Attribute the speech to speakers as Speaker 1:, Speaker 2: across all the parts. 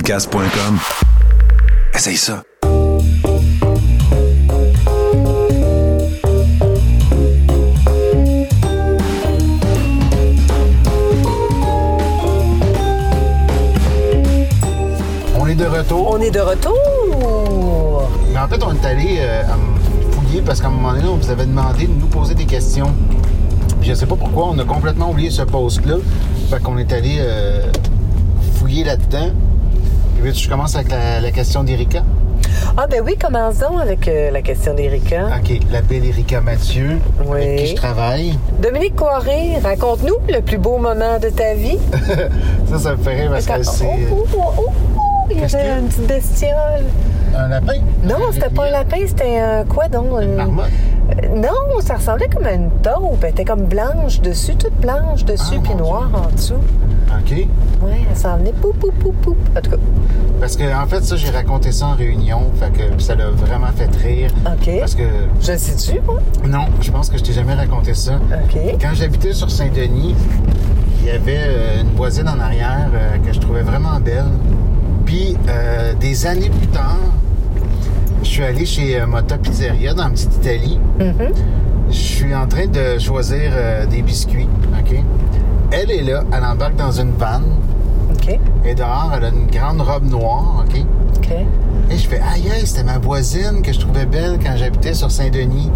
Speaker 1: Podcast.com. Essaye ça.
Speaker 2: On est de retour.
Speaker 3: On est de retour!
Speaker 2: Mais en fait, on est allé euh, à- fouiller parce qu'à un moment donné, on vous avait demandé de nous poser des questions. Puis je sais pas pourquoi, on a complètement oublié ce post-là. Fait qu'on est allé euh, fouiller là-dedans. Puis veux-tu que je commence avec la, la question d'Erika.
Speaker 3: Ah ben oui, commençons avec euh, la question d'Erika.
Speaker 2: OK, la belle Erika Mathieu,
Speaker 3: Oui.
Speaker 2: avec qui je travaille.
Speaker 3: Dominique Poiré, raconte-nous le plus beau moment de ta vie.
Speaker 2: Ça, ça me fait rire parce que c'est euh,
Speaker 3: Oh, oh, oh, oh, oh, il y
Speaker 2: Qu'est-ce
Speaker 3: avait
Speaker 2: que-
Speaker 3: une petite bestiole.
Speaker 2: un lapin.
Speaker 3: Non, c'était pas un lapin, c'était un quoi donc?
Speaker 2: Ah, Une
Speaker 3: une-
Speaker 2: marmotte.
Speaker 3: Euh, Non, ça ressemblait comme à une taupe. Elle était comme blanche dessus, toute blanche dessus,
Speaker 2: Ah,
Speaker 3: puis
Speaker 2: mon
Speaker 3: noire
Speaker 2: Dieu.
Speaker 3: en dessous.
Speaker 2: OK.
Speaker 3: Ouais, elle s'en venait pou, pou, pou, pou. En tout cas,
Speaker 2: Parce que, en fait, ça, j'ai raconté ça en réunion. Fait que ça l'a vraiment fait rire.
Speaker 3: OK.
Speaker 2: Parce que
Speaker 3: je le sais-tu, moi?
Speaker 2: Non, je pense que je t'ai jamais raconté ça.
Speaker 3: OK.
Speaker 2: Quand j'habitais sur Saint-Denis, il y avait euh, une voisine en arrière euh, que je trouvais vraiment belle. Puis, euh, des années plus tard, je suis allé chez euh, Motta Pizzeria dans Petite Italie. Je suis en train de choisir euh, des biscuits. OK? Elle est là, elle embarque dans une vanne.
Speaker 3: OK.
Speaker 2: Et dehors, elle a une grande robe noire. OK?
Speaker 3: OK.
Speaker 2: Et je fais, aïe, aïe, c'était ma voisine que je trouvais belle quand j'habitais sur Saint-Denis.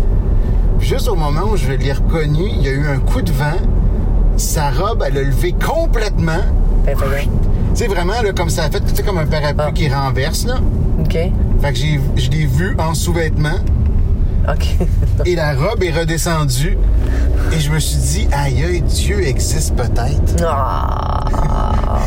Speaker 2: Puis juste au moment où je l'ai reconnue, il y a eu un coup de vent. Sa robe, elle a levé complètement.
Speaker 3: Ben, voyons.
Speaker 2: Tu sais, vraiment, là, comme ça a fait, tu sais, comme un parapluie
Speaker 3: Ah.
Speaker 2: qui renverse, là.
Speaker 3: OK.
Speaker 2: Fait que j'ai- je l'ai vue en sous-vêtements
Speaker 3: OK.
Speaker 2: et la robe est redescendue. Et je me suis dit, aïe, aïe, Dieu existe peut-être.
Speaker 3: Ah.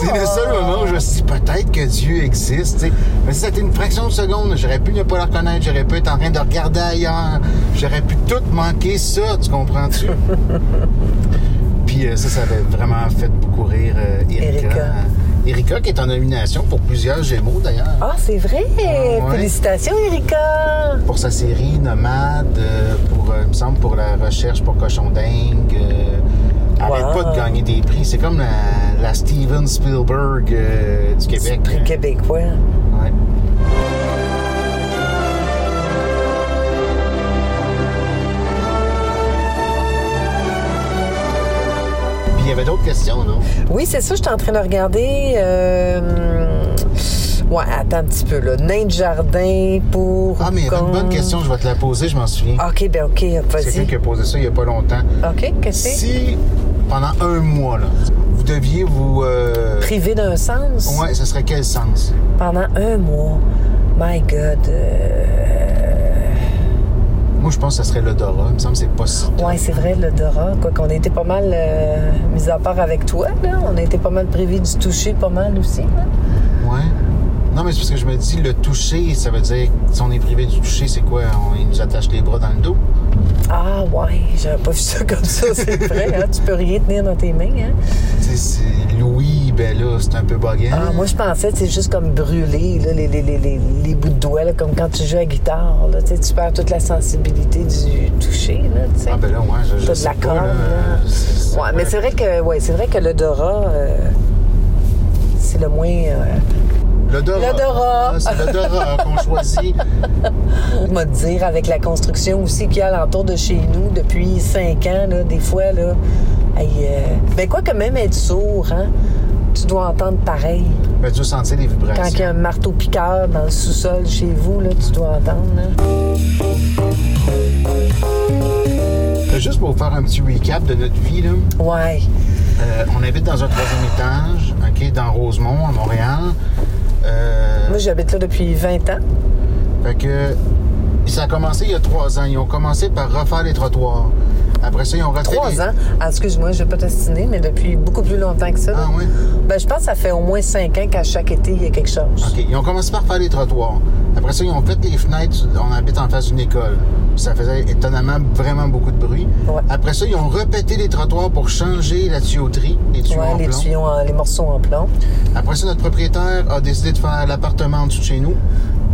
Speaker 2: C'est le seul moment où je me suis dit, peut-être que Dieu existe. tu sais. Mais si ça a été une fraction de seconde, j'aurais pu ne pas le reconnaître, j'aurais pu être en train de regarder ailleurs, j'aurais pu tout manquer ça, tu comprends-tu? Puis euh, ça, ça avait vraiment fait beaucoup rire euh, Erika. Euh,
Speaker 3: Erika.
Speaker 2: Erika qui est en nomination pour plusieurs Gémeaux d'ailleurs.
Speaker 3: Ah, c'est vrai!
Speaker 2: ouais.
Speaker 3: Félicitations, Erika!
Speaker 2: Pour sa série Nomade, euh, pour, euh, il me semble, pour la recherche pour Cochon Dingue. euh, elle arrête
Speaker 3: Wow.
Speaker 2: pas de gagner des prix. C'est comme la, la Steven Spielberg euh, du Québec.
Speaker 3: Prix québécois.
Speaker 2: Ouais. Puis il y avait d'autres questions, non?
Speaker 3: Oui, c'est ça, je suis en train de regarder. euh, Ouais, attends un petit peu, là. Nain de jardin pour.
Speaker 2: Ah, mais il y avait une
Speaker 3: contre-
Speaker 2: bonne question, je vais te la poser, je m'en souviens.
Speaker 3: OK, ben, OK,
Speaker 2: C'est
Speaker 3: vas-y.
Speaker 2: quelqu'un qui a posé ça il n'y a pas longtemps.
Speaker 3: OK, qu'est-ce que c'est?
Speaker 2: Si, pendant un mois, là, vous deviez vous... euh,
Speaker 3: Privé d'un sens?
Speaker 2: Ouais, ce serait quel sens?
Speaker 3: Pendant un mois. My God. euh,
Speaker 2: Moi, je pense que ce serait l'odorat. Il me semble que c'est pas si...
Speaker 3: Ouais, c'est vrai, l'odorat. Quoi qu'on a été pas mal, euh, mis à part avec toi, là, on a été pas mal privés du toucher, pas mal aussi. hein. là.
Speaker 2: Ouais. Non, mais c'est parce que je me dis, le toucher, ça veut dire, si on est privé du toucher, c'est quoi? On, il nous attache les bras dans le dos?
Speaker 3: Ah ouais, j'avais pas vu ça comme ça, c'est vrai. hein? Tu peux rien tenir dans tes mains. Hein?
Speaker 2: Tu sais, c'est- Louis, ben là, c'est un peu boguin.
Speaker 3: Ah, moi, je pensais que c'est juste comme brûler là, les, les, les, les, les bouts de doigts, là, comme quand tu joues à la guitare. Là, tu sais, tu perds toute la sensibilité du toucher. Là, tu sais.
Speaker 2: Ah, ben là, ouais, je, je
Speaker 3: T'as de
Speaker 2: sais
Speaker 3: la
Speaker 2: pas,
Speaker 3: corde,
Speaker 2: là.
Speaker 3: là.
Speaker 2: C'est- c'est-
Speaker 3: ouais, mais c'est vrai que ouais, c'est vrai que l'odorat, euh, c'est le moins euh,
Speaker 2: L'odorat.
Speaker 3: L'odorat.
Speaker 2: Ah, C'est l'odorat qu'on choisit.
Speaker 3: m'a dire avec la construction aussi qu'il y a alentour de chez nous depuis cinq ans. Là, des fois, là, aïe, euh, ben quoi que même être sourd, hein, tu dois entendre pareil.
Speaker 2: Ben, tu veux sentir les
Speaker 3: Quand il y
Speaker 2: vibrations.
Speaker 3: a un marteau piqueur dans le sous-sol chez vous, là, tu dois entendre. là.
Speaker 2: Euh, Juste pour vous faire un petit recap de notre vie, là.
Speaker 3: Ouais.
Speaker 2: Euh, on habite dans un troisième étage, OK, dans Rosemont, à Montréal. Euh,
Speaker 3: Moi, j'habite là depuis 20 ans.
Speaker 2: Fait que ça a commencé il y a trois ans. Ils ont commencé par refaire les trottoirs. Après ça, ils ont refait. les-
Speaker 3: Trois ans. Ah, excuse-moi, je vais pas t'ostiner, mais depuis beaucoup plus longtemps que ça. là.
Speaker 2: Ah ouais?
Speaker 3: Ben, je pense que ça fait au moins cinq ans qu'à chaque été, il y a quelque chose.
Speaker 2: OK. Ils ont commencé par faire les trottoirs. Après ça, ils ont fait les fenêtres. On habite en face d'une école. Ça faisait étonnamment vraiment beaucoup de bruit.
Speaker 3: Ouais.
Speaker 2: Après ça, ils ont répété les trottoirs pour changer la tuyauterie, les tuyaux
Speaker 3: Ouais,
Speaker 2: Ah, en
Speaker 3: les
Speaker 2: plomb.
Speaker 3: tuyaux, en- les morceaux en plomb.
Speaker 2: Après ça, notre propriétaire a décidé de faire l'appartement en dessous de chez nous.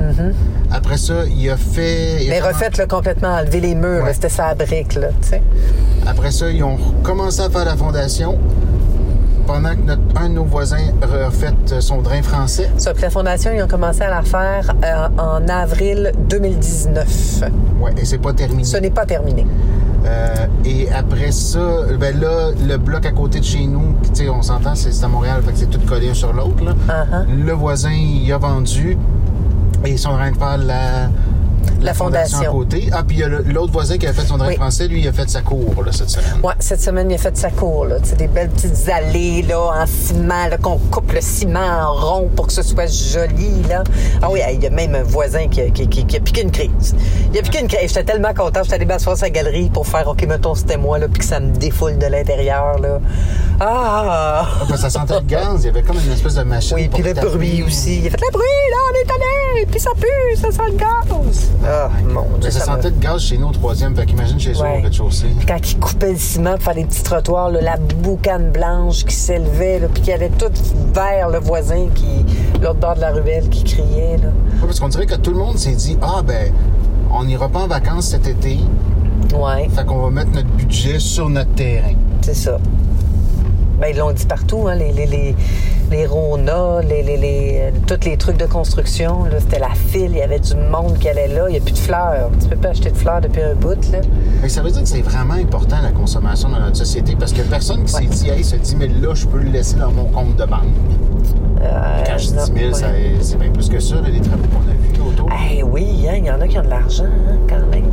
Speaker 3: Mm-hmm.
Speaker 2: Après ça, il a fait. il a
Speaker 3: Mais
Speaker 2: commencé-
Speaker 3: refaites-le complètement, enlever les murs, là,
Speaker 2: Ouais.
Speaker 3: c'était ça à brique, là, tu sais.
Speaker 2: Après ça, ils ont commencé à faire la fondation. pendant que notre, un de nos voisins refait son drain français.
Speaker 3: Sauf que la fondation, ils ont commencé à la faire euh, en avril 2019.
Speaker 2: Ouais, et c'est pas terminé.
Speaker 3: Ce n'est pas terminé.
Speaker 2: Euh, et après ça, ben là, le bloc à côté de chez nous, tu sais, on s'entend, c'est c'est à Montréal, fait que c'est tout collé un sur l'autre. là.
Speaker 3: Uh-huh.
Speaker 2: Le voisin, il a vendu et ils sont en train de faire la,
Speaker 3: La
Speaker 2: à
Speaker 3: fondation.
Speaker 2: côté. Ah, puis il y a le- l'autre voisin qui a fait son drain
Speaker 3: Oui.
Speaker 2: français, lui, il a fait sa cour là, cette semaine. Ah,
Speaker 3: Ouais, cette semaine, il a fait sa cour. Là. Tu sais, Des belles petites allées là, en ciment, là, qu'on coupe le ciment en rond pour que ce soit joli. Là. Ah oui, il y a même un voisin qui a, qui, qui- qui a piqué une crise. Il a piqué une crise. J'étais tellement content. J'étais allée m'asseoir sur la galerie pour faire OK, mettons, c'était moi, là, puis que ça me défoule de l'intérieur. Là. Ah!
Speaker 2: Parce que ça sentait le gaz, il y avait comme une espèce de machine.
Speaker 3: Oui,
Speaker 2: pour
Speaker 3: puis le
Speaker 2: taper.
Speaker 3: bruit aussi. Il a fait le bruit, là, on est allé, puis ça pue, ça sent le gaz. Ah, mon
Speaker 2: Mais
Speaker 3: Dieu,
Speaker 2: ça,
Speaker 3: me-
Speaker 2: sentait le gaz chez nous au troisième, fait qu'imagine chez eux
Speaker 3: Ouais.
Speaker 2: au rez-de-chaussée.
Speaker 3: Puis quand ils coupaient le ciment pour faire les petits trottoirs, là, la boucane blanche qui s'élevait, là, puis qui allait tout vers le voisin qui, l'autre bord de la ruelle, qui criait. là.
Speaker 2: Ouais, parce qu'on dirait que tout le monde s'est dit Ah, ben, on n'ira pas en vacances cet été,
Speaker 3: Ouais,
Speaker 2: fait qu'on va mettre notre budget sur notre terrain.
Speaker 3: c'est ça. Ben, ils l'ont dit partout, hein, les, les, les, les Rona, les, les, les, euh, tous les trucs de construction. là, C'était la file, il y avait du monde qui allait là. Il n'y a plus de fleurs. Tu peux pas acheter de fleurs depuis un bout. Là.
Speaker 2: Fait que ça veut dire que c'est vraiment important la consommation dans notre société, parce que personne qui s'est dit Hey, ce 10 000 là, je peux le laisser dans mon compte de banque.
Speaker 3: Euh,
Speaker 2: Quand je dis
Speaker 3: non,
Speaker 2: 10 000,
Speaker 3: ouais.
Speaker 2: ça- c'est bien plus que ça, là, les travaux qu'on a vus autour.
Speaker 3: Eh oui, hein, il y en a qui ont de l'argent, hein, quand même.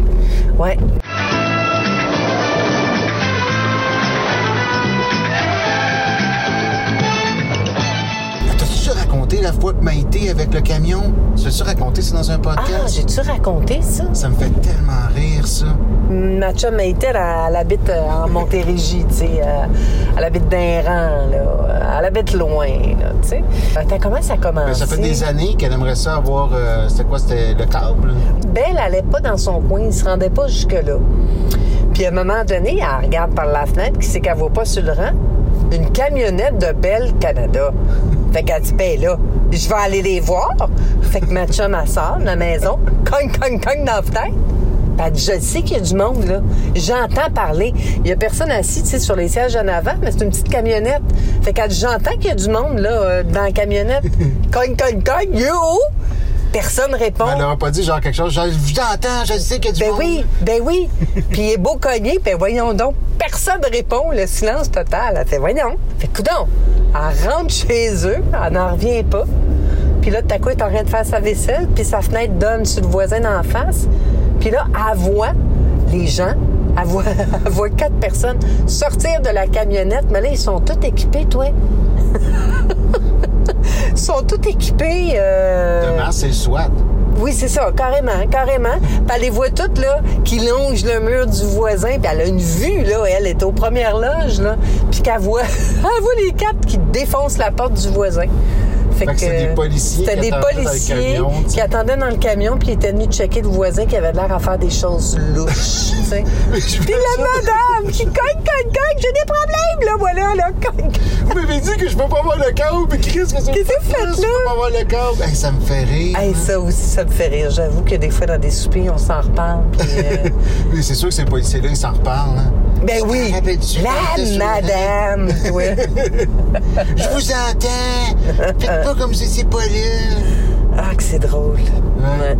Speaker 3: Ouais. Ah.
Speaker 2: T'as-tu raconté la fois que Maïté avec le camion T'as-tu raconté C'est dans un
Speaker 3: Ah,
Speaker 2: podcast
Speaker 3: j'ai-tu raconté ça?
Speaker 2: Ça me fait tellement rire, ça.
Speaker 3: Ma chum Maïté, elle, elle habite euh, en Montérégie, tu sais. euh, Elle habite d'un rang, là. Elle habite loin, là, tu sais. Attends, comment ça commence?
Speaker 2: Ben, ça fait des années qu'elle aimerait ça avoir. euh, c'était quoi C'était le câble
Speaker 3: Belle allait pas dans son coin, il se rendait pas jusque-là. Puis à un moment donné, elle regarde par la fenêtre, qui c'est qu'elle voit pas sur le rang? Une camionnette de Belle Canada. Fait qu'elle dit, ben là, je vais aller les voir. Fait que ma chum, elle sort de la maison, cogne, cogne, cogne dans la fenêtre. Puis elle dit, je le sais qu'il y a du monde, là. J'entends parler. Il y a personne assis, tu sais, sur les sièges en avant, mais c'est une petite camionnette. Fait qu'elle dit, j'entends qu'il y a du monde, là, euh, dans la camionnette. cogne, cogne, cogne, yo! Personne répond.
Speaker 2: Ben, Elle leur a pas dit genre quelque chose. Genre, je t'entends, je sais que tu.
Speaker 3: Ben oui, ben oui. Puis il est beau cogné, ben voyons donc. Personne répond, le silence total. Elle fait, voyons. Fait coudon. Elle rentre chez eux, elle n'en revient pas. Puis là, tout à coup, elle est en train de faire sa vaisselle, puis sa fenêtre donne sur le voisin d'en face. Puis là, elle voit les gens, elle voit, elle voit quatre personnes sortir de la camionnette, mais là, ils sont tous équipés, toi. Ils sont tous équipés. euh,
Speaker 2: Demain, c'est le SWAT.
Speaker 3: oui, c'est ça, carrément, carrément. Puis elle les voit toutes, là, qui longent le mur du voisin, puis elle a une vue, là, elle est aux premières loges, là, puis qu'elle voit, elle voit les quatre qui défoncent la porte du voisin.
Speaker 2: Fait que c'est des policiers
Speaker 3: C'était
Speaker 2: qui
Speaker 3: des
Speaker 2: attendaient dans le
Speaker 3: policiers
Speaker 2: camion, tu sais.
Speaker 3: qui attendaient dans le camion, puis ils étaient venus checker le voisin qui avait l'air à faire des choses louches, tu sais.
Speaker 2: je
Speaker 3: Puis
Speaker 2: veux
Speaker 3: la
Speaker 2: ça.
Speaker 3: madame qui cogne, cogne, cogne, j'ai des problèmes, là, voilà, là, cogne, cogne.
Speaker 2: Vous m'avez dit que je peux pas voir le câble. Mais qu'est-ce que c'est
Speaker 3: Qu'est-ce que vous faites
Speaker 2: Je
Speaker 3: là?
Speaker 2: peux pas voir le câble. Hey, ça me fait rire.
Speaker 3: Hey, ça aussi, ça me fait rire. J'avoue que des fois, dans des soupers, on s'en reparle, puis... euh,
Speaker 2: hein. Mais c'est sûr que ces policiers-là, ils s'en reparlent. hein.
Speaker 3: Ben
Speaker 2: Je te
Speaker 3: oui,
Speaker 2: rappelle-tu quand t'as
Speaker 3: la
Speaker 2: sauvé?
Speaker 3: madame, oui.
Speaker 2: hein. Je vous entends. Faites pas comme si c'est pas là.
Speaker 3: Ah, que c'est drôle.
Speaker 2: Ouais.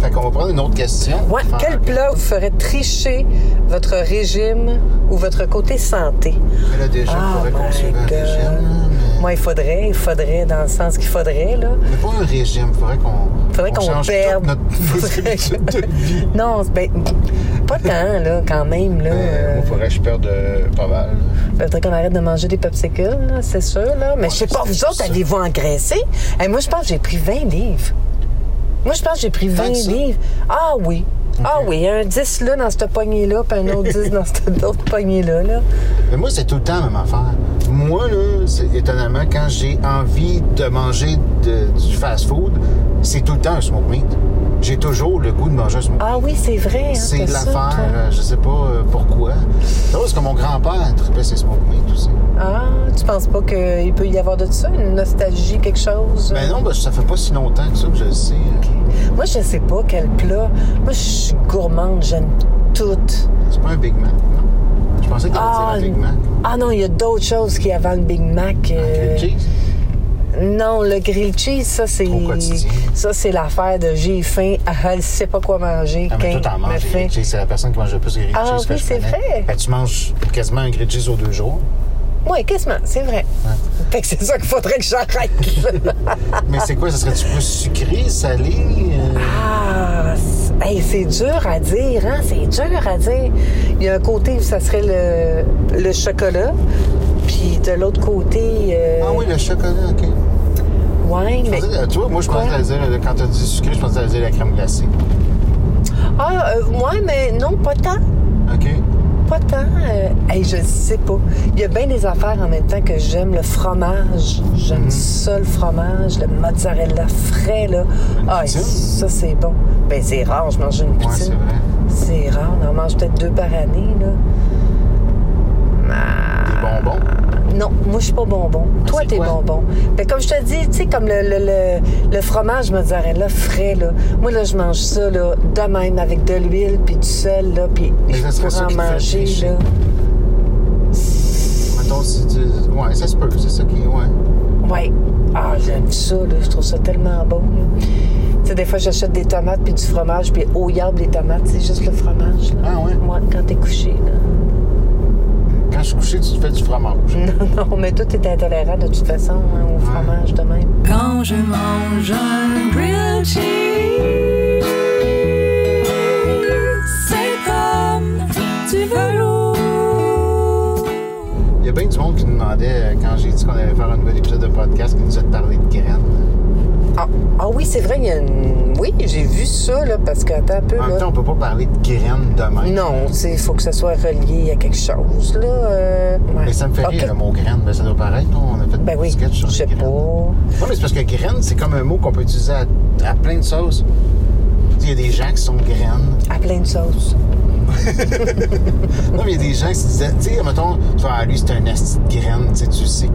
Speaker 2: Fait qu'on va prendre une autre question.
Speaker 3: Ouais,
Speaker 2: Enfin,
Speaker 3: Quel plat vous ferait tricher votre régime ou votre côté santé?
Speaker 2: Mais Là, déjà,
Speaker 3: Ah,
Speaker 2: il faudrait qu'on suive un régime. là, mais-
Speaker 3: Moi, il faudrait, il faudrait, dans le sens qu'il faudrait, là.
Speaker 2: Mais pas un régime, faudrait qu'on.
Speaker 3: Faudrait
Speaker 2: on
Speaker 3: qu'on
Speaker 2: change
Speaker 3: perde.
Speaker 2: toutes Notre... nos habitudes de vie.
Speaker 3: Non, ben, pas tant, là, quand même, là.
Speaker 2: Euh,
Speaker 3: euh,
Speaker 2: moi, faudrait que je perde euh, pas mal.
Speaker 3: Faudrait Ben, qu'on arrête de manger des popsicles, là, c'est sûr, là. Mais je sais pas,
Speaker 2: c'est
Speaker 3: vous autres,
Speaker 2: ça.
Speaker 3: allez-vous engraisser? Hey, moi, je pense que j'ai pris 20 livres. Moi, je pense que j'ai pris 20
Speaker 2: que ça?
Speaker 3: livres. Ah oui. Ah oui, un 10 là dans cette poignée-là, puis un autre 10 dans cette autre poignée-là. Là.
Speaker 2: Mais moi, c'est tout le temps la même affaire. Moi, là, c'est étonnamment, quand j'ai envie de manger de- du fast-food, c'est tout le temps un smoke meat. J'ai toujours le goût de manger un smoke meat.
Speaker 3: Ah oui, c'est vrai. Hein,
Speaker 2: c'est
Speaker 3: t'as
Speaker 2: de
Speaker 3: ça,
Speaker 2: l'affaire,
Speaker 3: toi.
Speaker 2: euh, je sais pas euh, pourquoi. C'est drôle, c'est que mon grand-père tripait ses smoke meat aussi.
Speaker 3: Ah, tu tu penses pas qu'il peut y avoir de ça? Une nostalgie, quelque chose?
Speaker 2: Ben non, ben, ça fait pas si longtemps que ça que je le sais. hein.
Speaker 3: Moi, je sais pas quel plat. Moi, je suis gourmande, j'aime tout.
Speaker 2: C'est pas un Big Mac, non? Je pensais que t'allais dire un Big Mac.
Speaker 3: ah non, il y a d'autres choses qui avant le Big Mac. euh,
Speaker 2: Grilled cheese?
Speaker 3: Non, le grilled cheese, ça c'est
Speaker 2: Au quotidien.
Speaker 3: ça c'est l'affaire de j'ai faim, ah, elle sait pas quoi manger.
Speaker 2: Ah, mais toi,
Speaker 3: qu'un
Speaker 2: t'en manges
Speaker 3: me
Speaker 2: des
Speaker 3: faim.
Speaker 2: grilled cheese. C'est la personne qui mange le plus de grilled
Speaker 3: Ah,
Speaker 2: cheese. que
Speaker 3: oui,
Speaker 2: je
Speaker 3: c'est
Speaker 2: connais.
Speaker 3: vrai.
Speaker 2: Ben, tu manges quasiment un grilled cheese aux deux jours.
Speaker 3: Oui, quasiment, c'est vrai. Fait que c'est ça qu'il faudrait que j'arrête.
Speaker 2: Mais c'est quoi? Ça serait-tu plus sucré, salé? euh?
Speaker 3: ah, c'est- hey, c'est dur à dire, hein? C'est dur à dire. Il y a un côté où ça serait le, le chocolat, puis de l'autre côté. euh,
Speaker 2: Ah oui, le chocolat, OK.
Speaker 3: Ouais,
Speaker 2: Je
Speaker 3: mais.
Speaker 2: pensais- tu vois, moi, je
Speaker 3: Quoi?
Speaker 2: pensais que t'allais dire, euh, quand t'as dit sucré, je pensais que t'allais dire la crème glacée.
Speaker 3: Ah, euh, ouais, mais non, pas tant.
Speaker 2: OK?
Speaker 3: Pas tant. euh, hey, je sais pas. Il y a bien des affaires en même temps que j'aime. Le fromage.
Speaker 2: Mm.
Speaker 3: J'aime ça, le fromage. Le mozzarella frais, là. Ah,
Speaker 2: poutine?
Speaker 3: ça, c'est bon. Ben, c'est rare, je mange une
Speaker 2: Ouais, c'est
Speaker 3: poutine.
Speaker 2: vrai.
Speaker 3: c'est rare. On en mange peut-être deux par année, là.
Speaker 2: Des bonbons.
Speaker 3: Non, moi, je suis pas bonbon. Toi,
Speaker 2: Ah, c'est
Speaker 3: t'es
Speaker 2: quoi?
Speaker 3: bonbon. Ben, comme je te dis, tu sais, comme le, le, le, le fromage mozzarella frais, là. Moi, là, je mange ça, là, de même, avec de l'huile, puis du sel, là, puis
Speaker 2: Mais
Speaker 3: je
Speaker 2: ça serait
Speaker 3: pourrais
Speaker 2: ça
Speaker 3: en
Speaker 2: qui te fait
Speaker 3: manger,
Speaker 2: tricher.
Speaker 3: là.
Speaker 2: Mettons, si tu... Ouais, ça se peut, c'est ça qui... Ouais.
Speaker 3: Oui. Ah, j'aime ça, là. Je trouve ça tellement bon. là. Tu sais, des fois, j'achète des tomates puis du fromage, puis au yard des tomates, c'est juste le fromage. Là.
Speaker 2: Ah ouais?
Speaker 3: Moi, quand t'es couché, là.
Speaker 2: Quand je suis couché, tu te fais du fromage.
Speaker 3: Non, non, mais tout est intolérant de toute façon hein, au fromage de même.
Speaker 4: Quand je mange un grilled cheese, c'est comme du velours.
Speaker 2: Il y a bien du monde qui nous demandait, euh, quand j'ai dit qu'on allait faire un nouvel épisode de podcast, qui nous a parlé de graines.
Speaker 3: Ah, ah oui, c'est vrai, il y a une... Oui, j'ai vu ça, là, parce que, attends un peu,
Speaker 2: En même temps,
Speaker 3: là.
Speaker 2: on peut pas parler de graines demain.
Speaker 3: Non, il faut que ça soit relié à quelque chose, là. euh, ouais.
Speaker 2: Mais ça me fait
Speaker 3: Ok.
Speaker 2: rire, le mot graines. Ben, ça doit paraître, non? On a fait
Speaker 3: Ben
Speaker 2: des
Speaker 3: oui,
Speaker 2: sketchs sur
Speaker 3: je sais
Speaker 2: les
Speaker 3: pas.
Speaker 2: graines. Non, mais c'est parce que graines, c'est comme un mot qu'on peut utiliser à, à plein de sauces. Il y a des gens qui sont graines.
Speaker 3: À plein de sauces.
Speaker 2: Non, mais il y a des gens qui se disaient, tu sais, mettons, tu vois, ah, lui, c'est un asti de graine, tu sais, tu sais.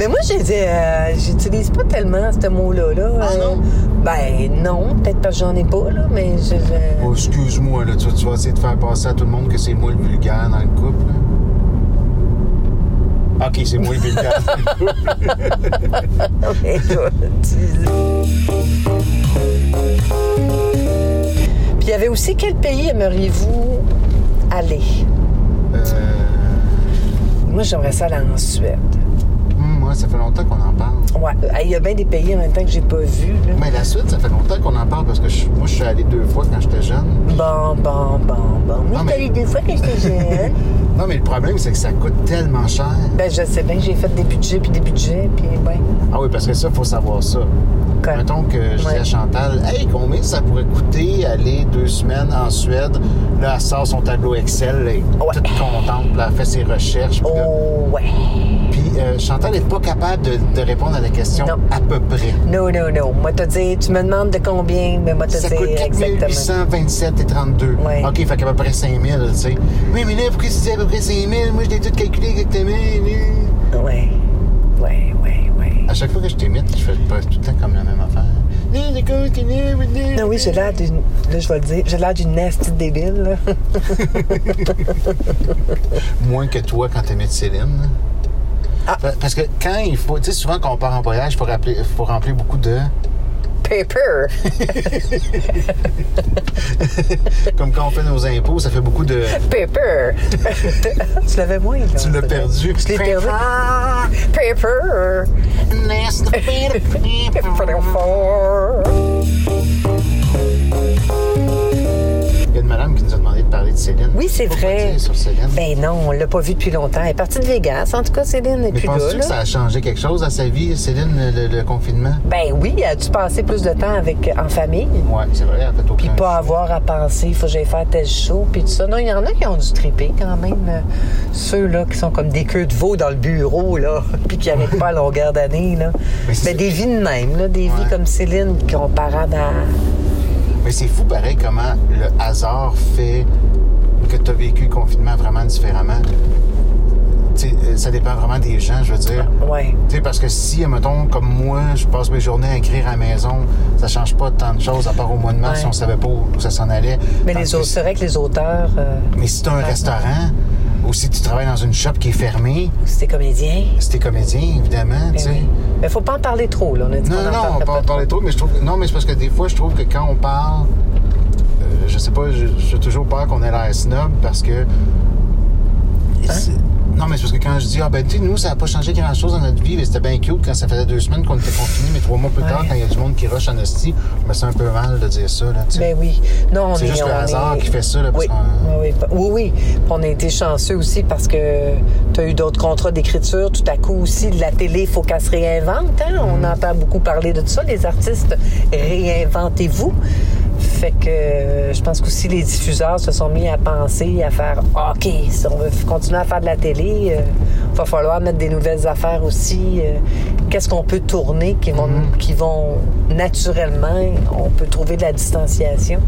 Speaker 3: Mais moi, j'ai dit, euh, j'utilise pas tellement ce mot-là. Là.
Speaker 2: Ah,
Speaker 3: Euh,
Speaker 2: non?
Speaker 3: Ben non, peut-être parce que j'en ai pas, là, mais je. je-
Speaker 2: Oh, excuse-moi, là, tu, vois, tu vas essayer de faire passer à tout le monde que c'est moi le vulgaire dans le couple. là. OK, c'est moi le vulgaire dans le couple.
Speaker 3: Mais là, tu- Puis il y avait aussi quel pays aimeriez-vous aller?
Speaker 2: Euh,
Speaker 3: Moi, j'aimerais ça aller en Suède.
Speaker 2: hum, ouais, ça fait longtemps qu'on en parle.
Speaker 3: Ouais. Hey, Il y a bien des pays en même temps que j'ai pas vu. Là.
Speaker 2: Mais la suite, ça fait longtemps qu'on en parle parce que je- moi, je suis allé deux fois quand j'étais jeune.
Speaker 3: Bon, bon, bon, bon. Moi,
Speaker 2: Non,
Speaker 3: j'étais
Speaker 2: mais-
Speaker 3: allée deux fois quand j'étais jeune.
Speaker 2: Non, mais le problème, c'est que ça coûte tellement cher.
Speaker 3: ben, je sais bien, j'ai fait des budgets, puis des budgets, puis ben, ouais.
Speaker 2: Ah oui, parce que ça, faut savoir ça.
Speaker 3: Quoi?
Speaker 2: Mettons que je dis à
Speaker 3: Ouais.
Speaker 2: Chantal, hey, combien ça pourrait coûter aller deux semaines en Suède? Là, elle sort son tableau Excel, elle est toute contente, puis elle fait ses recherches. puis là-
Speaker 3: Oh, ouais.
Speaker 2: Puis euh, Chantal n'est pas capable de, de répondre à la question
Speaker 3: Non.
Speaker 2: à peu près.
Speaker 3: Non, non, non. Moi, te dire, tu me demandes de combien, mais moi, te
Speaker 2: Ça coûte
Speaker 3: dire
Speaker 2: 4
Speaker 3: exactement.
Speaker 2: 827 et 32.
Speaker 3: Ouais.
Speaker 2: OK, fait qu'à peu près 5 000, tu sais. Oui, mais là, pourquoi tu dis à peu près 5 000? Moi, je l'ai tout calculé exactement. là.
Speaker 3: Ouais. Ouais, ouais, ouais.
Speaker 2: À chaque fois que je t'imite, je fais presque tout le temps comme la même affaire. Non, d'accord, tu n'es-
Speaker 3: Non, oui, j'ai l'air d'une. Là, je vais le dire. J'ai l'air d'une nasty débile, là.
Speaker 2: Moins que toi quand t'imites Céline. là.
Speaker 3: Ah.
Speaker 2: Pa- Parce que quand il faut... Tu sais, souvent, quand on part en voyage, il faut, rappeler- faut remplir beaucoup de...
Speaker 3: Paper.
Speaker 2: Comme quand on fait nos impôts, ça fait beaucoup de...
Speaker 3: Paper. tu l'avais moins, là.
Speaker 2: Tu l'as perdu.
Speaker 3: Je l'ai perdu. Paper.
Speaker 2: Il y a une madame qui nous a demandé de parler de Céline.
Speaker 3: Oui, c'est
Speaker 2: Faut pas
Speaker 3: vrai.
Speaker 2: dire sur Céline.
Speaker 3: Ben non, on l'a pas vu depuis longtemps. Elle est partie de Vegas. En tout cas, Céline n'est
Speaker 2: Mais
Speaker 3: plus là.
Speaker 2: penses-tu
Speaker 3: là.
Speaker 2: que ça a changé quelque chose à sa vie, Céline, le, le- le confinement?
Speaker 3: Ben oui, as-tu passé plus de temps avec en famille?
Speaker 2: Oui, c'est vrai, elle a fait aucun
Speaker 3: Puis pas
Speaker 2: choix.
Speaker 3: avoir à penser, faut que j'aille faire tel show, puis tout ça. Non, il y en a qui ont dû triper quand même. euh, Ceux-là qui sont comme des queues de veau dans le bureau, là, puis qui n'arrêtent pas à longueur d'année, là.
Speaker 2: Mais c'est-
Speaker 3: Ben, des vies de même, là, des
Speaker 2: Ouais.
Speaker 3: vies comme Céline comparables à...
Speaker 2: Mais c'est fou, pareil, comment le hasard fait que tu as vécu le confinement vraiment différemment. Tu tu sais, euh, ça dépend vraiment des gens, je veux dire.
Speaker 3: Ouais.
Speaker 2: Tu sais, parce que si, mettons, comme moi, je passe mes journées à écrire à la maison, ça change pas tant de choses, à part au mois de mars,
Speaker 3: Ouais.
Speaker 2: si on savait pas où ça s'en allait.
Speaker 3: Mais
Speaker 2: Tandis
Speaker 3: les
Speaker 2: que
Speaker 3: autres, c'est vrai que les auteurs, euh,
Speaker 2: Mais si t'as un restaurant, ou si tu travailles dans une shop qui est fermée,
Speaker 3: c'est des comédiens.
Speaker 2: si t'es comédien, évidemment, tu
Speaker 3: Mais
Speaker 2: sais.
Speaker 3: Ben oui. Mais faut pas en parler trop, là. On a dit qu'on
Speaker 2: Non,
Speaker 3: en
Speaker 2: non, non, on
Speaker 3: parlerait
Speaker 2: peut en
Speaker 3: pas
Speaker 2: parler trop, mais je trouve. Non, mais c'est parce que des fois, je trouve que quand on parle, euh, je sais pas, je- j'ai toujours peur qu'on ait l'air snob parce que.
Speaker 3: Hein?
Speaker 2: c'est- Non, mais c'est parce que quand je dis, ah ben, tu sais, nous, ça n'a pas changé grand-chose dans notre vie, mais c'était bien cute quand ça faisait deux semaines qu'on était confinés, mais trois mois plus tard,
Speaker 3: Ouais.
Speaker 2: quand il y a du monde qui rush en hostie, mais c'est un peu mal de dire ça, là, tu sais.
Speaker 3: Ben oui. Non, on
Speaker 2: C'est
Speaker 3: est-
Speaker 2: juste le
Speaker 3: on
Speaker 2: hasard
Speaker 3: est-
Speaker 2: qui fait ça, là, parce
Speaker 3: oui.
Speaker 2: qu'on-
Speaker 3: Oui, oui. oui, oui. Puis On a été chanceux aussi parce que tu as eu d'autres contrats d'écriture. Tout à coup aussi, de la télé, il faut qu'elle se réinvente. hein.
Speaker 2: Mm.
Speaker 3: On entend beaucoup parler de ça. Les artistes, réinventez-vous. Fait que euh, je pense qu'aussi les diffuseurs se sont mis à penser, à faire OK, si on veut continuer à faire de la télé, il va falloir mettre des nouvelles affaires aussi. euh, Qu'est-ce qu'on peut tourner qui vont,
Speaker 2: Mm.
Speaker 3: qui vont naturellement, on peut trouver de la distanciation.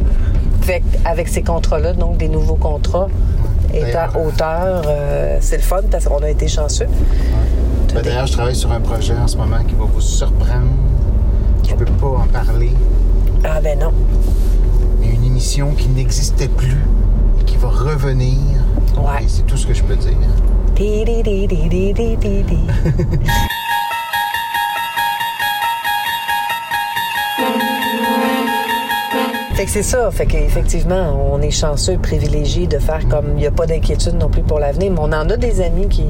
Speaker 3: Fait avec ces contrats-là, donc des nouveaux contrats, étant
Speaker 2: D'ailleurs, euh,
Speaker 3: auteur, euh, c'est le fun parce qu'on a été chanceux.
Speaker 2: Ben, D'ailleurs, je travaille sur un projet en ce moment qui va vous surprendre. Je peux pas en parler.
Speaker 3: Ah ben non.
Speaker 2: mais une émission qui n'existait plus et qui va revenir.
Speaker 3: Ouais.
Speaker 2: Et c'est tout ce que je peux dire.
Speaker 3: Ti, di, di, di, di, di, di, di. Fait que c'est ça. Fait qu'effectivement, on est chanceux, privilégié de faire comme. Il n'y a pas d'inquiétude non plus pour l'avenir, mais on en a des amis qui,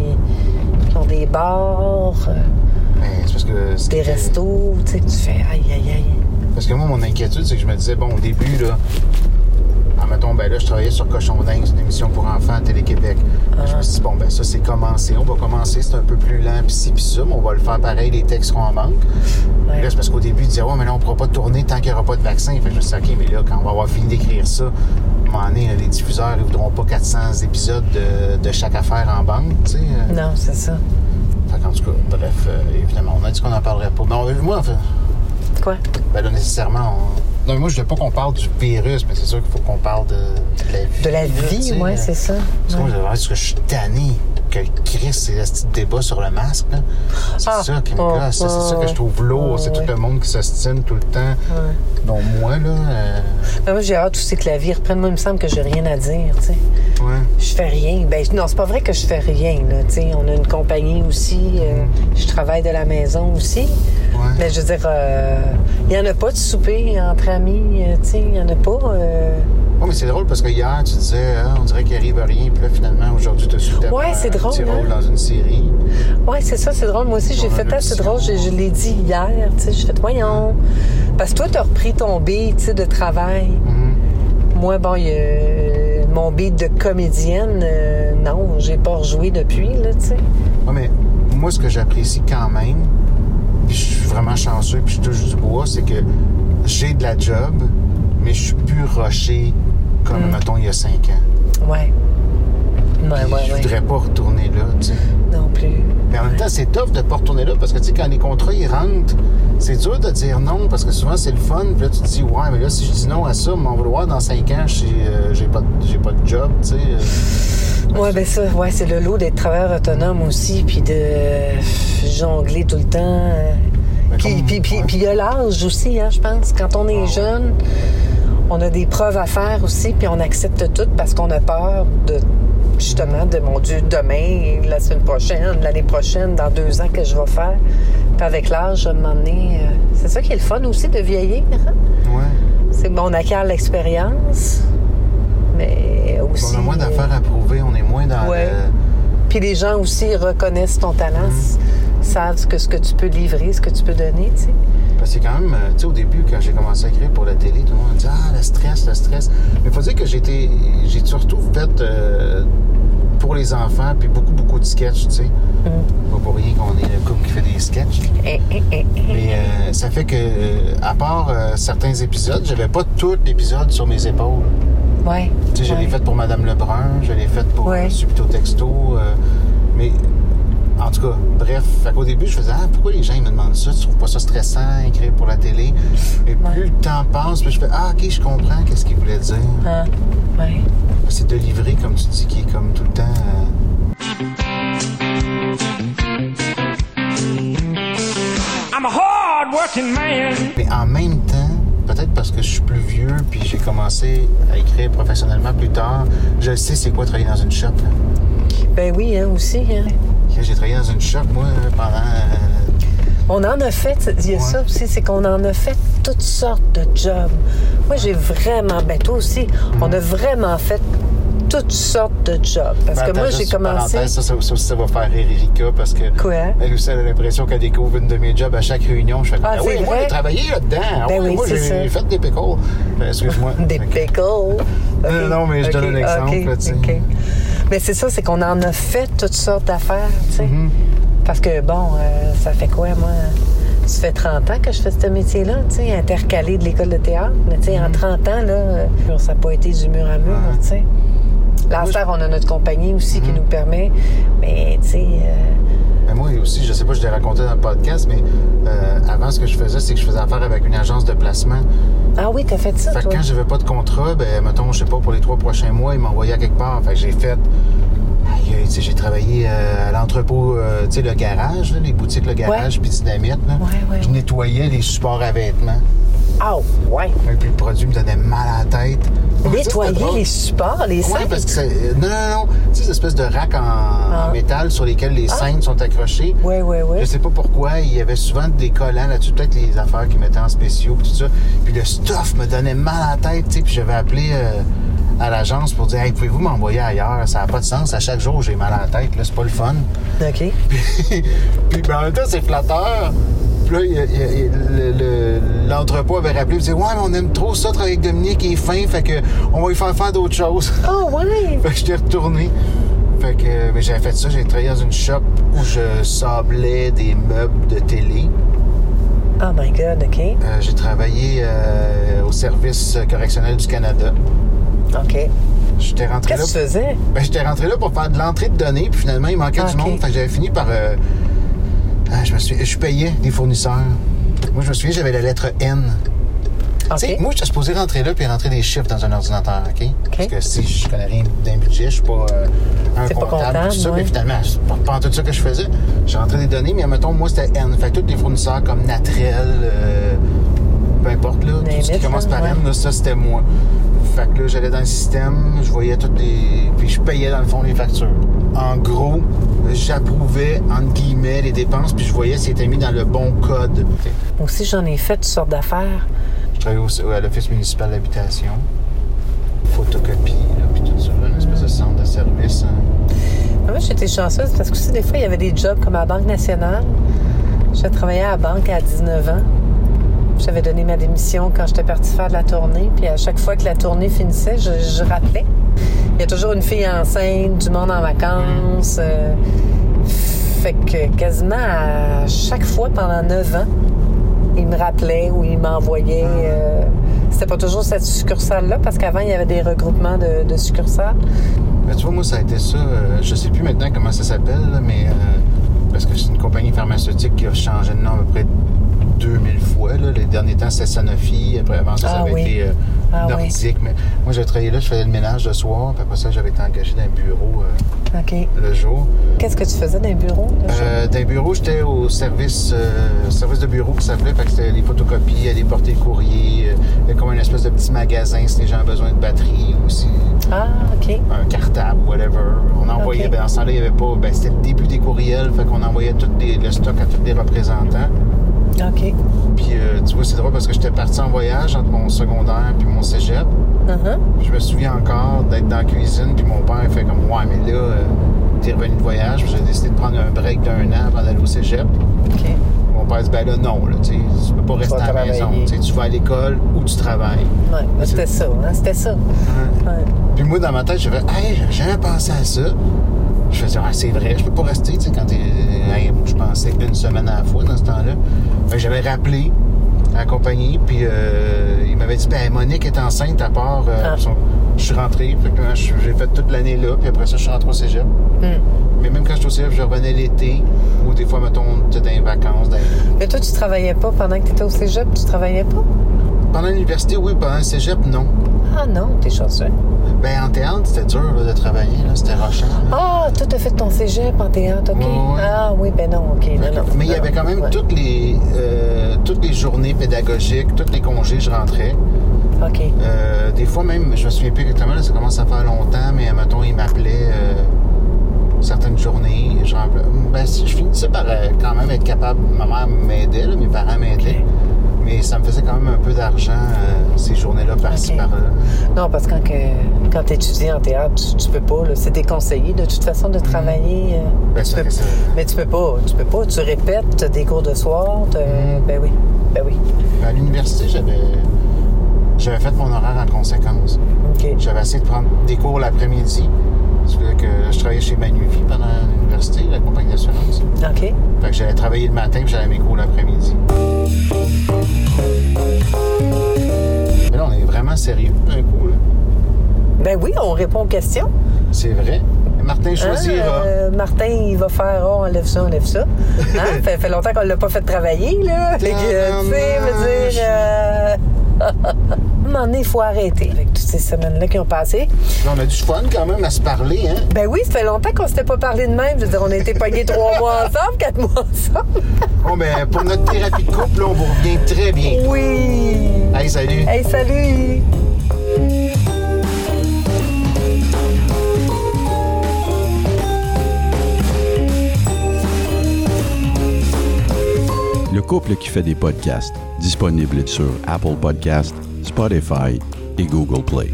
Speaker 3: qui ont des bars, euh,
Speaker 2: Mais Ben, c'est parce que
Speaker 3: des
Speaker 2: c'était-
Speaker 3: restos, tu sais, que tu fais aïe, aïe, aïe.
Speaker 2: Parce que moi, mon inquiétude, c'est que je me disais, bon, au début, là, en mettons, ben là, je travaillais sur Cochon d'Inde, c'est une émission pour enfants à Télé-Québec. Je me suis dit, bon, ben ça, c'est commencé. On va commencer, c'est un peu plus lent, pis ci, pis ça, mais on va le faire pareil, les textes qu'on manque.
Speaker 3: Ouais.
Speaker 2: Là, c'est parce qu'au début, ils disaient, ouais, mais là, on ne pourra pas tourner tant qu'il n'y aura pas de vaccin. Fait que je me suis dit, OK, mais là, quand on va avoir fini d'écrire ça, à un moment donné, là, les diffuseurs, ils voudront pas 400 épisodes de, de chaque affaire en banque, tu sais. euh.
Speaker 3: Non, c'est ça.
Speaker 2: Fait qu'en tout cas, bref, euh, évidemment, on a dit qu'on en parlerait pas. Non, euh, moi, en fait,
Speaker 3: Quoi?
Speaker 2: ben là, nécessairement, on... Non, mais moi, je veux pas qu'on parle du virus, mais c'est sûr qu'il faut qu'on parle de, de la vie.
Speaker 3: De la
Speaker 2: là, tu
Speaker 3: vie,
Speaker 2: sais,
Speaker 3: ouais,
Speaker 2: euh,
Speaker 3: c'est ça.
Speaker 2: Parce que
Speaker 3: Ouais.
Speaker 2: moi, je- parce que je suis tanné que Chris et le petit débat sur le masque. là. C'est
Speaker 3: Ah.
Speaker 2: ça qui me
Speaker 3: Ouais,
Speaker 2: gosse. ça,
Speaker 3: ouais,
Speaker 2: C'est ça que je trouve lourd.
Speaker 3: ouais,
Speaker 2: c'est
Speaker 3: ouais.
Speaker 2: tout le monde qui s'ostine tout le temps. Dont moi, là. euh,
Speaker 3: Mais moi, j'ai hâte aussi que la vie reprenne. Moi, il me semble que j'ai rien à dire, tu sais.
Speaker 2: ouais.
Speaker 3: Je fais rien. Ben, non, c'est pas vrai que je fais rien, là, tu sais. On a une compagnie aussi. euh, je travaille de la maison aussi.
Speaker 2: Ouais.
Speaker 3: Mais je veux dire, euh, il y en a pas de souper entre amis, euh, tu sais. Il y en a pas. euh.
Speaker 2: Ouais, mais c'est drôle parce que hier, tu disais, Ah, on dirait qu'il arrive à rien. Puis là, finalement, aujourd'hui, tu as su
Speaker 3: Ouais, c'est drôle,
Speaker 2: petit
Speaker 3: hein?
Speaker 2: rôle dans une série.
Speaker 3: Ouais, c'est ça, c'est drôle. Moi aussi, j'ai
Speaker 2: Dans
Speaker 3: fait
Speaker 2: la
Speaker 3: ça, c'est drôle. Je, je l'ai dit hier, tu sais. J'ai fait, voyons. Parce que toi, t'as repris ton B, tu sais, de travail.
Speaker 2: Mm.
Speaker 3: Moi, bon, il y a, euh, mon beat de comédienne, euh, non, j'ai pas rejoué depuis, là, tu sais.
Speaker 2: Ouais, mais moi, ce que j'apprécie quand même, puis je suis vraiment chanceux, puis je touche du bois, c'est que j'ai de la job, mais je suis plus rushé comme,
Speaker 3: Mm.
Speaker 2: mettons, il y a cinq ans.
Speaker 3: Ouais. Ben, Ouais,
Speaker 2: Puis
Speaker 3: ouais,
Speaker 2: je
Speaker 3: ouais.
Speaker 2: voudrais pas retourner là, tu sais.
Speaker 3: Non plus.
Speaker 2: Mais en même temps, c'est tough de pas retourner là parce que, tu sais, quand les contrats, ils rentrent, c'est dur de dire non parce que souvent, c'est le fun. Puis là, tu te dis, ouais, mais là, si je dis non à ça, m'en vouloir dans cinq ans, je suis, euh, j'ai pas, de- j'ai pas de job, tu sais. euh.
Speaker 3: Ouais, ben ça, ouais, c'est le lot d'être travailleur autonome aussi, puis de euh, jongler tout le temps. euh.
Speaker 2: Ben,
Speaker 3: Puis
Speaker 2: comme-
Speaker 3: puis- puis-
Speaker 2: ouais. Ah
Speaker 3: puis il y a l'âge aussi, hein, je pense. Quand on est jeune, on a des preuves à faire aussi, puis on accepte tout parce qu'on a peur de justement de mon Dieu, demain, la semaine prochaine, l'année prochaine, dans deux ans que je vais faire. Puis avec l'âge, à un moment donné, euh, c'est ça qui est le fun aussi de vieillir. hein.
Speaker 2: Ouais.
Speaker 3: C'est bon, on acquiert l'expérience, mais aussi.
Speaker 2: On a moins d'affaires à prouver, on est moins dans
Speaker 3: Ouais.
Speaker 2: le-
Speaker 3: Puis les gens aussi reconnaissent ton talent, s- savent ce que, ce que tu peux livrer, ce que tu peux donner, tu sais.
Speaker 2: Parce que c'est quand même, euh, tu sais, au début, quand j'ai commencé à écrire pour la télé, tout le monde me dit Ah, le stress, le stress. Mais il faut dire que j'ai été- j'ai surtout fait euh, pour les enfants, puis beaucoup, beaucoup de sketchs, tu sais. Pas pour rien qu'on est le couple qui fait des sketchs.
Speaker 3: Hein, hein, hein, hein.
Speaker 2: Mais euh, ça fait que, euh, à part euh, certains épisodes, j'avais pas tout l'épisode sur mes épaules.
Speaker 3: Ouais.
Speaker 2: Tu sais, je l'ai
Speaker 3: ouais.
Speaker 2: faite pour Madame Lebrun, je l'ai faite pour
Speaker 3: Ouais.
Speaker 2: euh, Subito Texto. euh, mais en tout cas, bref, au début, je faisais Ah, pourquoi les gens ils me demandent ça Tu trouves pas ça stressant, écrire pour la télé Et plus le temps passe, plus je fais Ah, ok, je comprends qu'est-ce qu'ils voulaient dire.
Speaker 3: Hein, ouais.
Speaker 2: C'est de livrer, comme tu dis, qui est comme tout le temps. euh,
Speaker 5: I'm a hard working man.
Speaker 2: Mais en même temps, peut-être parce que je suis plus vieux puis j'ai commencé à écrire professionnellement plus tard, je sais c'est quoi travailler dans une shop. là.
Speaker 3: Ben oui, hein, aussi. hein.
Speaker 2: J'ai travaillé dans une shop, moi, pendant. euh,
Speaker 3: On en a fait, il y a
Speaker 2: Ouais.
Speaker 3: ça aussi, c'est qu'on en a fait toutes sortes de jobs. Moi, j'ai vraiment, ben toi aussi, on a vraiment fait toutes sortes de jobs. Parce
Speaker 2: Ben,
Speaker 3: que moi,
Speaker 2: attends,
Speaker 3: j'ai
Speaker 2: juste une
Speaker 3: commencé.
Speaker 2: parenthèse, Ça, ça, ça aussi, ça va faire rire Erika parce que.
Speaker 3: Quoi?
Speaker 2: Elle aussi, elle a l'impression qu'elle découvre une de mes jobs à chaque réunion. Je fais comme,
Speaker 3: Ah,
Speaker 2: ah, oui,
Speaker 3: c'est
Speaker 2: moi,
Speaker 3: vrai?
Speaker 2: j'ai travaillé là-dedans. Ah
Speaker 3: Ben oui,
Speaker 2: moi,
Speaker 3: c'est ça.
Speaker 2: j'ai fait des pickles. Ben, Excuse-moi.
Speaker 3: Des
Speaker 2: Fait que-
Speaker 3: pickles.
Speaker 2: Non,
Speaker 3: Ok,
Speaker 2: non, mais je donne
Speaker 3: ok,
Speaker 2: un exemple,
Speaker 3: ok,
Speaker 2: là, tu sais.
Speaker 3: ok. Mais c'est ça, c'est qu'on en a fait toutes sortes d'affaires, tu sais.
Speaker 2: Mm-hmm.
Speaker 3: Parce que, bon, euh, ça fait quoi, moi? Ça fait 30 ans que je fais ce métier-là, tu sais, intercalé de l'école de théâtre. Mais tu sais,
Speaker 2: Mm-hmm.
Speaker 3: en 30 ans, là, euh, ça n'a pas été du mur à mur,
Speaker 2: Ouais.
Speaker 3: tu sais. Là,
Speaker 2: Ah.
Speaker 3: à
Speaker 2: Moi, je- Mm-hmm.
Speaker 3: cette heure, on a notre compagnie aussi qui nous permet, mais tu sais... euh,
Speaker 2: Ben, moi aussi, je sais pas, je l'ai raconté dans le podcast, mais euh, avant, ce que je faisais, c'est que je faisais affaire avec une agence de placement.
Speaker 3: Ah oui, t'as fait ça,
Speaker 2: Fait que
Speaker 3: toi?
Speaker 2: quand j'avais pas de contrat, ben, mettons, je sais pas, pour les trois prochains mois, ils m'envoyaient à quelque part. Fait que j'ai fait. Aïe, aïe, tu sais, J'ai travaillé euh, à l'entrepôt, euh, tu sais, le garage, là, les boutiques, le garage, puis Dynamite. Là.
Speaker 3: Ouais, ouais.
Speaker 2: Je nettoyais les supports à vêtements.
Speaker 3: Ah ouais!
Speaker 2: Et puis le produit me donnait mal à la tête.
Speaker 3: Nettoyer les supports, les
Speaker 2: Oui,
Speaker 3: seins.
Speaker 2: parce que c'est. euh, Non, non, non. Tu sais, ces espèces de racks en,
Speaker 3: Ah.
Speaker 2: en métal sur lesquels les scènes sont accrochées.
Speaker 3: Ouais, ouais, ouais.
Speaker 2: Je sais pas pourquoi, il y avait souvent des collants là-dessus, peut-être les affaires qu'ils mettaient en spéciaux, pis tout ça. Puis le stuff me donnait mal à la tête, tu sais, puis j'avais appelé euh, à l'agence pour dire Hey, pouvez-vous m'envoyer ailleurs Ça n'a pas de sens, à chaque jour j'ai mal à la tête, là, c'est pas le fun.
Speaker 3: OK.
Speaker 2: Puis ben, en même temps, c'est flatteur. Puis là, il y a- il y a- il- le- le- l'entrepôt avait rappelé, il disait Ouais, mais on aime trop ça, travailler avec Dominique, il est fin, fait que on va lui faire faire d'autres choses.
Speaker 3: Ah ouais!
Speaker 2: Fait que j'étais retourné. Fait que euh, mais j'avais fait ça, j'ai travaillé dans une shop où je sablais des meubles de télé.
Speaker 3: Oh my God, OK.
Speaker 2: Euh, j'ai travaillé euh, au service correctionnel du Canada.
Speaker 3: OK.
Speaker 2: J'étais rentré là.
Speaker 3: Qu'est-ce que tu faisais?
Speaker 2: Ben, j'étais rentré là pour faire de l'entrée de données, puis finalement il manquait
Speaker 3: Ok.
Speaker 2: du monde. Fait que j'avais fini par euh, ah, je me suis je payais des fournisseurs. Moi je me souviens, j'avais la lettre N. Tu sais,
Speaker 3: OK.
Speaker 2: moi, j'étais supposé rentrer là puis rentrer des chiffres dans un ordinateur, OK? Parce que si je connais rien d'un budget, je suis pas euh, un
Speaker 3: T'es pas
Speaker 2: comptable,
Speaker 3: comptable,
Speaker 2: tout ça,
Speaker 3: ouais.
Speaker 2: mais finalement, c'est pas, pas en tout ça que je faisais. J'ai rentré des données, mais mettons, moi, c'était N. Fait que tous les fournisseurs comme Natrel, euh, peu importe, là, tout ce qui
Speaker 3: Naimit,
Speaker 2: commence par
Speaker 3: ouais.
Speaker 2: N, là, ça, c'était moi. Fait que là, j'allais dans le système, je voyais toutes les... Puis je payais, dans le fond, les factures. En gros, j'approuvais, entre guillemets, les dépenses, puis je voyais si c'était mis dans le bon code.
Speaker 3: Moi aussi, j'en ai fait toutes sortes d'affaires.
Speaker 2: Je travaillais au- à l'Office municipal d'habitation. Photocopie, là, puis tout ça, là, une espèce de centre de service. hein.
Speaker 3: Mais Ah, Moi, j'étais chanceuse parce que, aussi, des fois, il y avait des jobs comme à la Banque nationale. Je travaillais à la banque à 19 ans. J'avais donné ma démission quand j'étais partie faire de la tournée. Puis à chaque fois que la tournée finissait, je, je rappelais. Il y a toujours une fille enceinte, du monde en vacances. euh, fait que quasiment à chaque fois pendant 9 ans, il me rappelait ou il m'envoyait. euh, c'était pas toujours cette succursale-là parce qu'avant, il y avait des regroupements de, de succursales.
Speaker 2: Mais tu vois, moi, ça a été ça. euh, je sais plus maintenant comment ça s'appelle, là, mais. euh, parce que c'est une compagnie pharmaceutique qui a changé de nom à peu près 2000 fois. Là. Les derniers temps, c'était Sanofi. Après, avant ça, ça
Speaker 3: Ah
Speaker 2: avait
Speaker 3: oui.
Speaker 2: été euh,
Speaker 3: Ah oui.
Speaker 2: Nordique. Mais moi, j'ai travaillé là, je faisais le ménage le soir. Puis après ça, j'avais été engagé dans un bureau euh,
Speaker 3: OK.
Speaker 2: le jour.
Speaker 3: Qu'est-ce que tu faisais dans les bureaux? là, je-
Speaker 2: Euh, d'un bureau, j'étais au service, euh, service de bureau qui s'appelait, fait que c'était les photocopies, aller porter le courrier, euh, il y a comme une espèce de petit magasin si les gens ont besoin de batterie ou si
Speaker 3: Ah, OK.
Speaker 2: un cartable, whatever. On envoyait,
Speaker 3: Ok.
Speaker 2: ben, dans ce temps-là, il y avait pas, ben, c'était le début des courriels, fait qu'on envoyait tout des- le stock à tous les représentants.
Speaker 3: OK.
Speaker 2: Puis, euh, tu vois, c'est drôle parce que j'étais parti en voyage entre mon secondaire puis mon cégep.
Speaker 3: Uh-huh.
Speaker 2: Je me souviens encore d'être dans la cuisine, puis mon père fait comme Ouais, mais là, euh, t'es revenu de voyage, Puis j'ai décidé de prendre un break d'un an avant d'aller au cégep.
Speaker 3: OK.
Speaker 2: Mon père dit Ben là, non, là, tu sais, tu peux pas rester
Speaker 3: vas
Speaker 2: à la maison.
Speaker 3: travailler.
Speaker 2: Tu sais, tu vas à l'école ou tu travailles.
Speaker 3: Ouais, ben, c'était ça. hein, C'était ça. Ouais.
Speaker 2: Puis moi, dans ma tête, je fais Hey, j'ai jamais pensé à ça. Je faisais Ah, c'est vrai, je peux pas rester, tu sais, quand t'es. Hey, moi, je pensais une semaine à la fois dans ce temps-là. Fait que j'avais rappelé à la compagnie, puis euh, il m'avait dit Ben, Monique est enceinte à part. euh,
Speaker 3: Ah.
Speaker 2: son- Je suis rentré, fait que, euh, je- j'ai fait toute l'année là, puis après ça, je suis rentré au cégep.
Speaker 3: Hmm.
Speaker 2: Mais même quand j'étais au cégep, je revenais l'été, ou des fois, mettons, peut-être dans les vacances, dans les-
Speaker 3: Mais toi, tu travaillais pas pendant que tu étais au cégep, tu travaillais pas?
Speaker 2: Pendant l'université, oui. Pendant le ben, cégep, non.
Speaker 3: Ah non, t'es chanceux.
Speaker 2: Ben, en théâtre, c'était dur là, de travailler, là, c'était rochant. là.
Speaker 3: Ah, toi, t'as fait ton cégep en théâtre, OK?
Speaker 2: Ouais, ouais.
Speaker 3: Ah oui, ben non, OK. Non, non.
Speaker 2: Mais il y
Speaker 3: Non,
Speaker 2: avait quand même
Speaker 3: ouais.
Speaker 2: toutes, les, euh, toutes les journées pédagogiques, tous les congés, je rentrais.
Speaker 3: OK.
Speaker 2: Euh, des fois même, je me souviens plus exactement, là, ça commence à faire longtemps, mais mettons, il m'appelait euh, certaines journées. Je, rempla- ben, si- je finissais par euh, quand même être capable. Ma mère m'aidait, là, mes parents m'aidaient. Mais ça me faisait quand même un peu d'argent euh, ces journées-là, par-ci,
Speaker 3: Ok.
Speaker 2: par-là.
Speaker 3: Non, parce que quand, que- quand t'étudies en théâtre, tu, tu peux pas. là. C'est déconseillé de toute façon de
Speaker 2: Mhm.
Speaker 3: travailler. euh,
Speaker 2: Ben,
Speaker 3: tu
Speaker 2: ça
Speaker 3: peux-
Speaker 2: fait ça.
Speaker 3: Mais tu peux pas. Tu peux pas. Tu répètes, t'as des cours de soir. t'as-
Speaker 2: Mhm.
Speaker 3: Ben oui. Ben oui.
Speaker 2: Ben, à l'université, j'avais j'avais fait mon horaire en conséquence.
Speaker 3: OK.
Speaker 2: J'avais essayé de prendre des cours l'après-midi. parce que que je travaillais chez Manuvie pendant l'université, la compagnie d'assurance.
Speaker 3: OK.
Speaker 2: Fait que j'allais travailler le matin, puis j'allais à mes cours l'après-midi. Mais là, on est vraiment sérieux, un coup, là.
Speaker 3: Ben oui, on répond aux questions.
Speaker 2: C'est vrai. Martin
Speaker 3: Hein,
Speaker 2: choisira.
Speaker 3: euh, Martin, il va faire oh, enlève ça, enlève ça. Hein? fait, fait longtemps qu'on l'a pas fait travailler, là. Fait que, euh, tu sais, je veux dire. euh, à un moment donné, il faut arrêter. Avec toutes ces semaines-là qui ont passé.
Speaker 2: On a du fun quand même à se parler, hein?
Speaker 3: Ben oui, ça fait longtemps qu'on s'était pas parlé de même. Je veux dire, on a été pognés trois mois ensemble, quatre mois ensemble.
Speaker 2: Bon, ben, pour notre thérapie de couple, là, on vous revient très bien.
Speaker 3: Oui.
Speaker 2: Hey, salut!
Speaker 3: Hey, salut.
Speaker 6: Le couple qui fait des podcasts, disponible sur Apple Podcasts, Spotify et Google Play.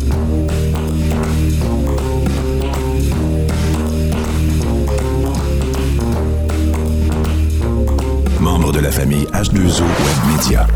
Speaker 1: Membre de la famille H2O Web Media.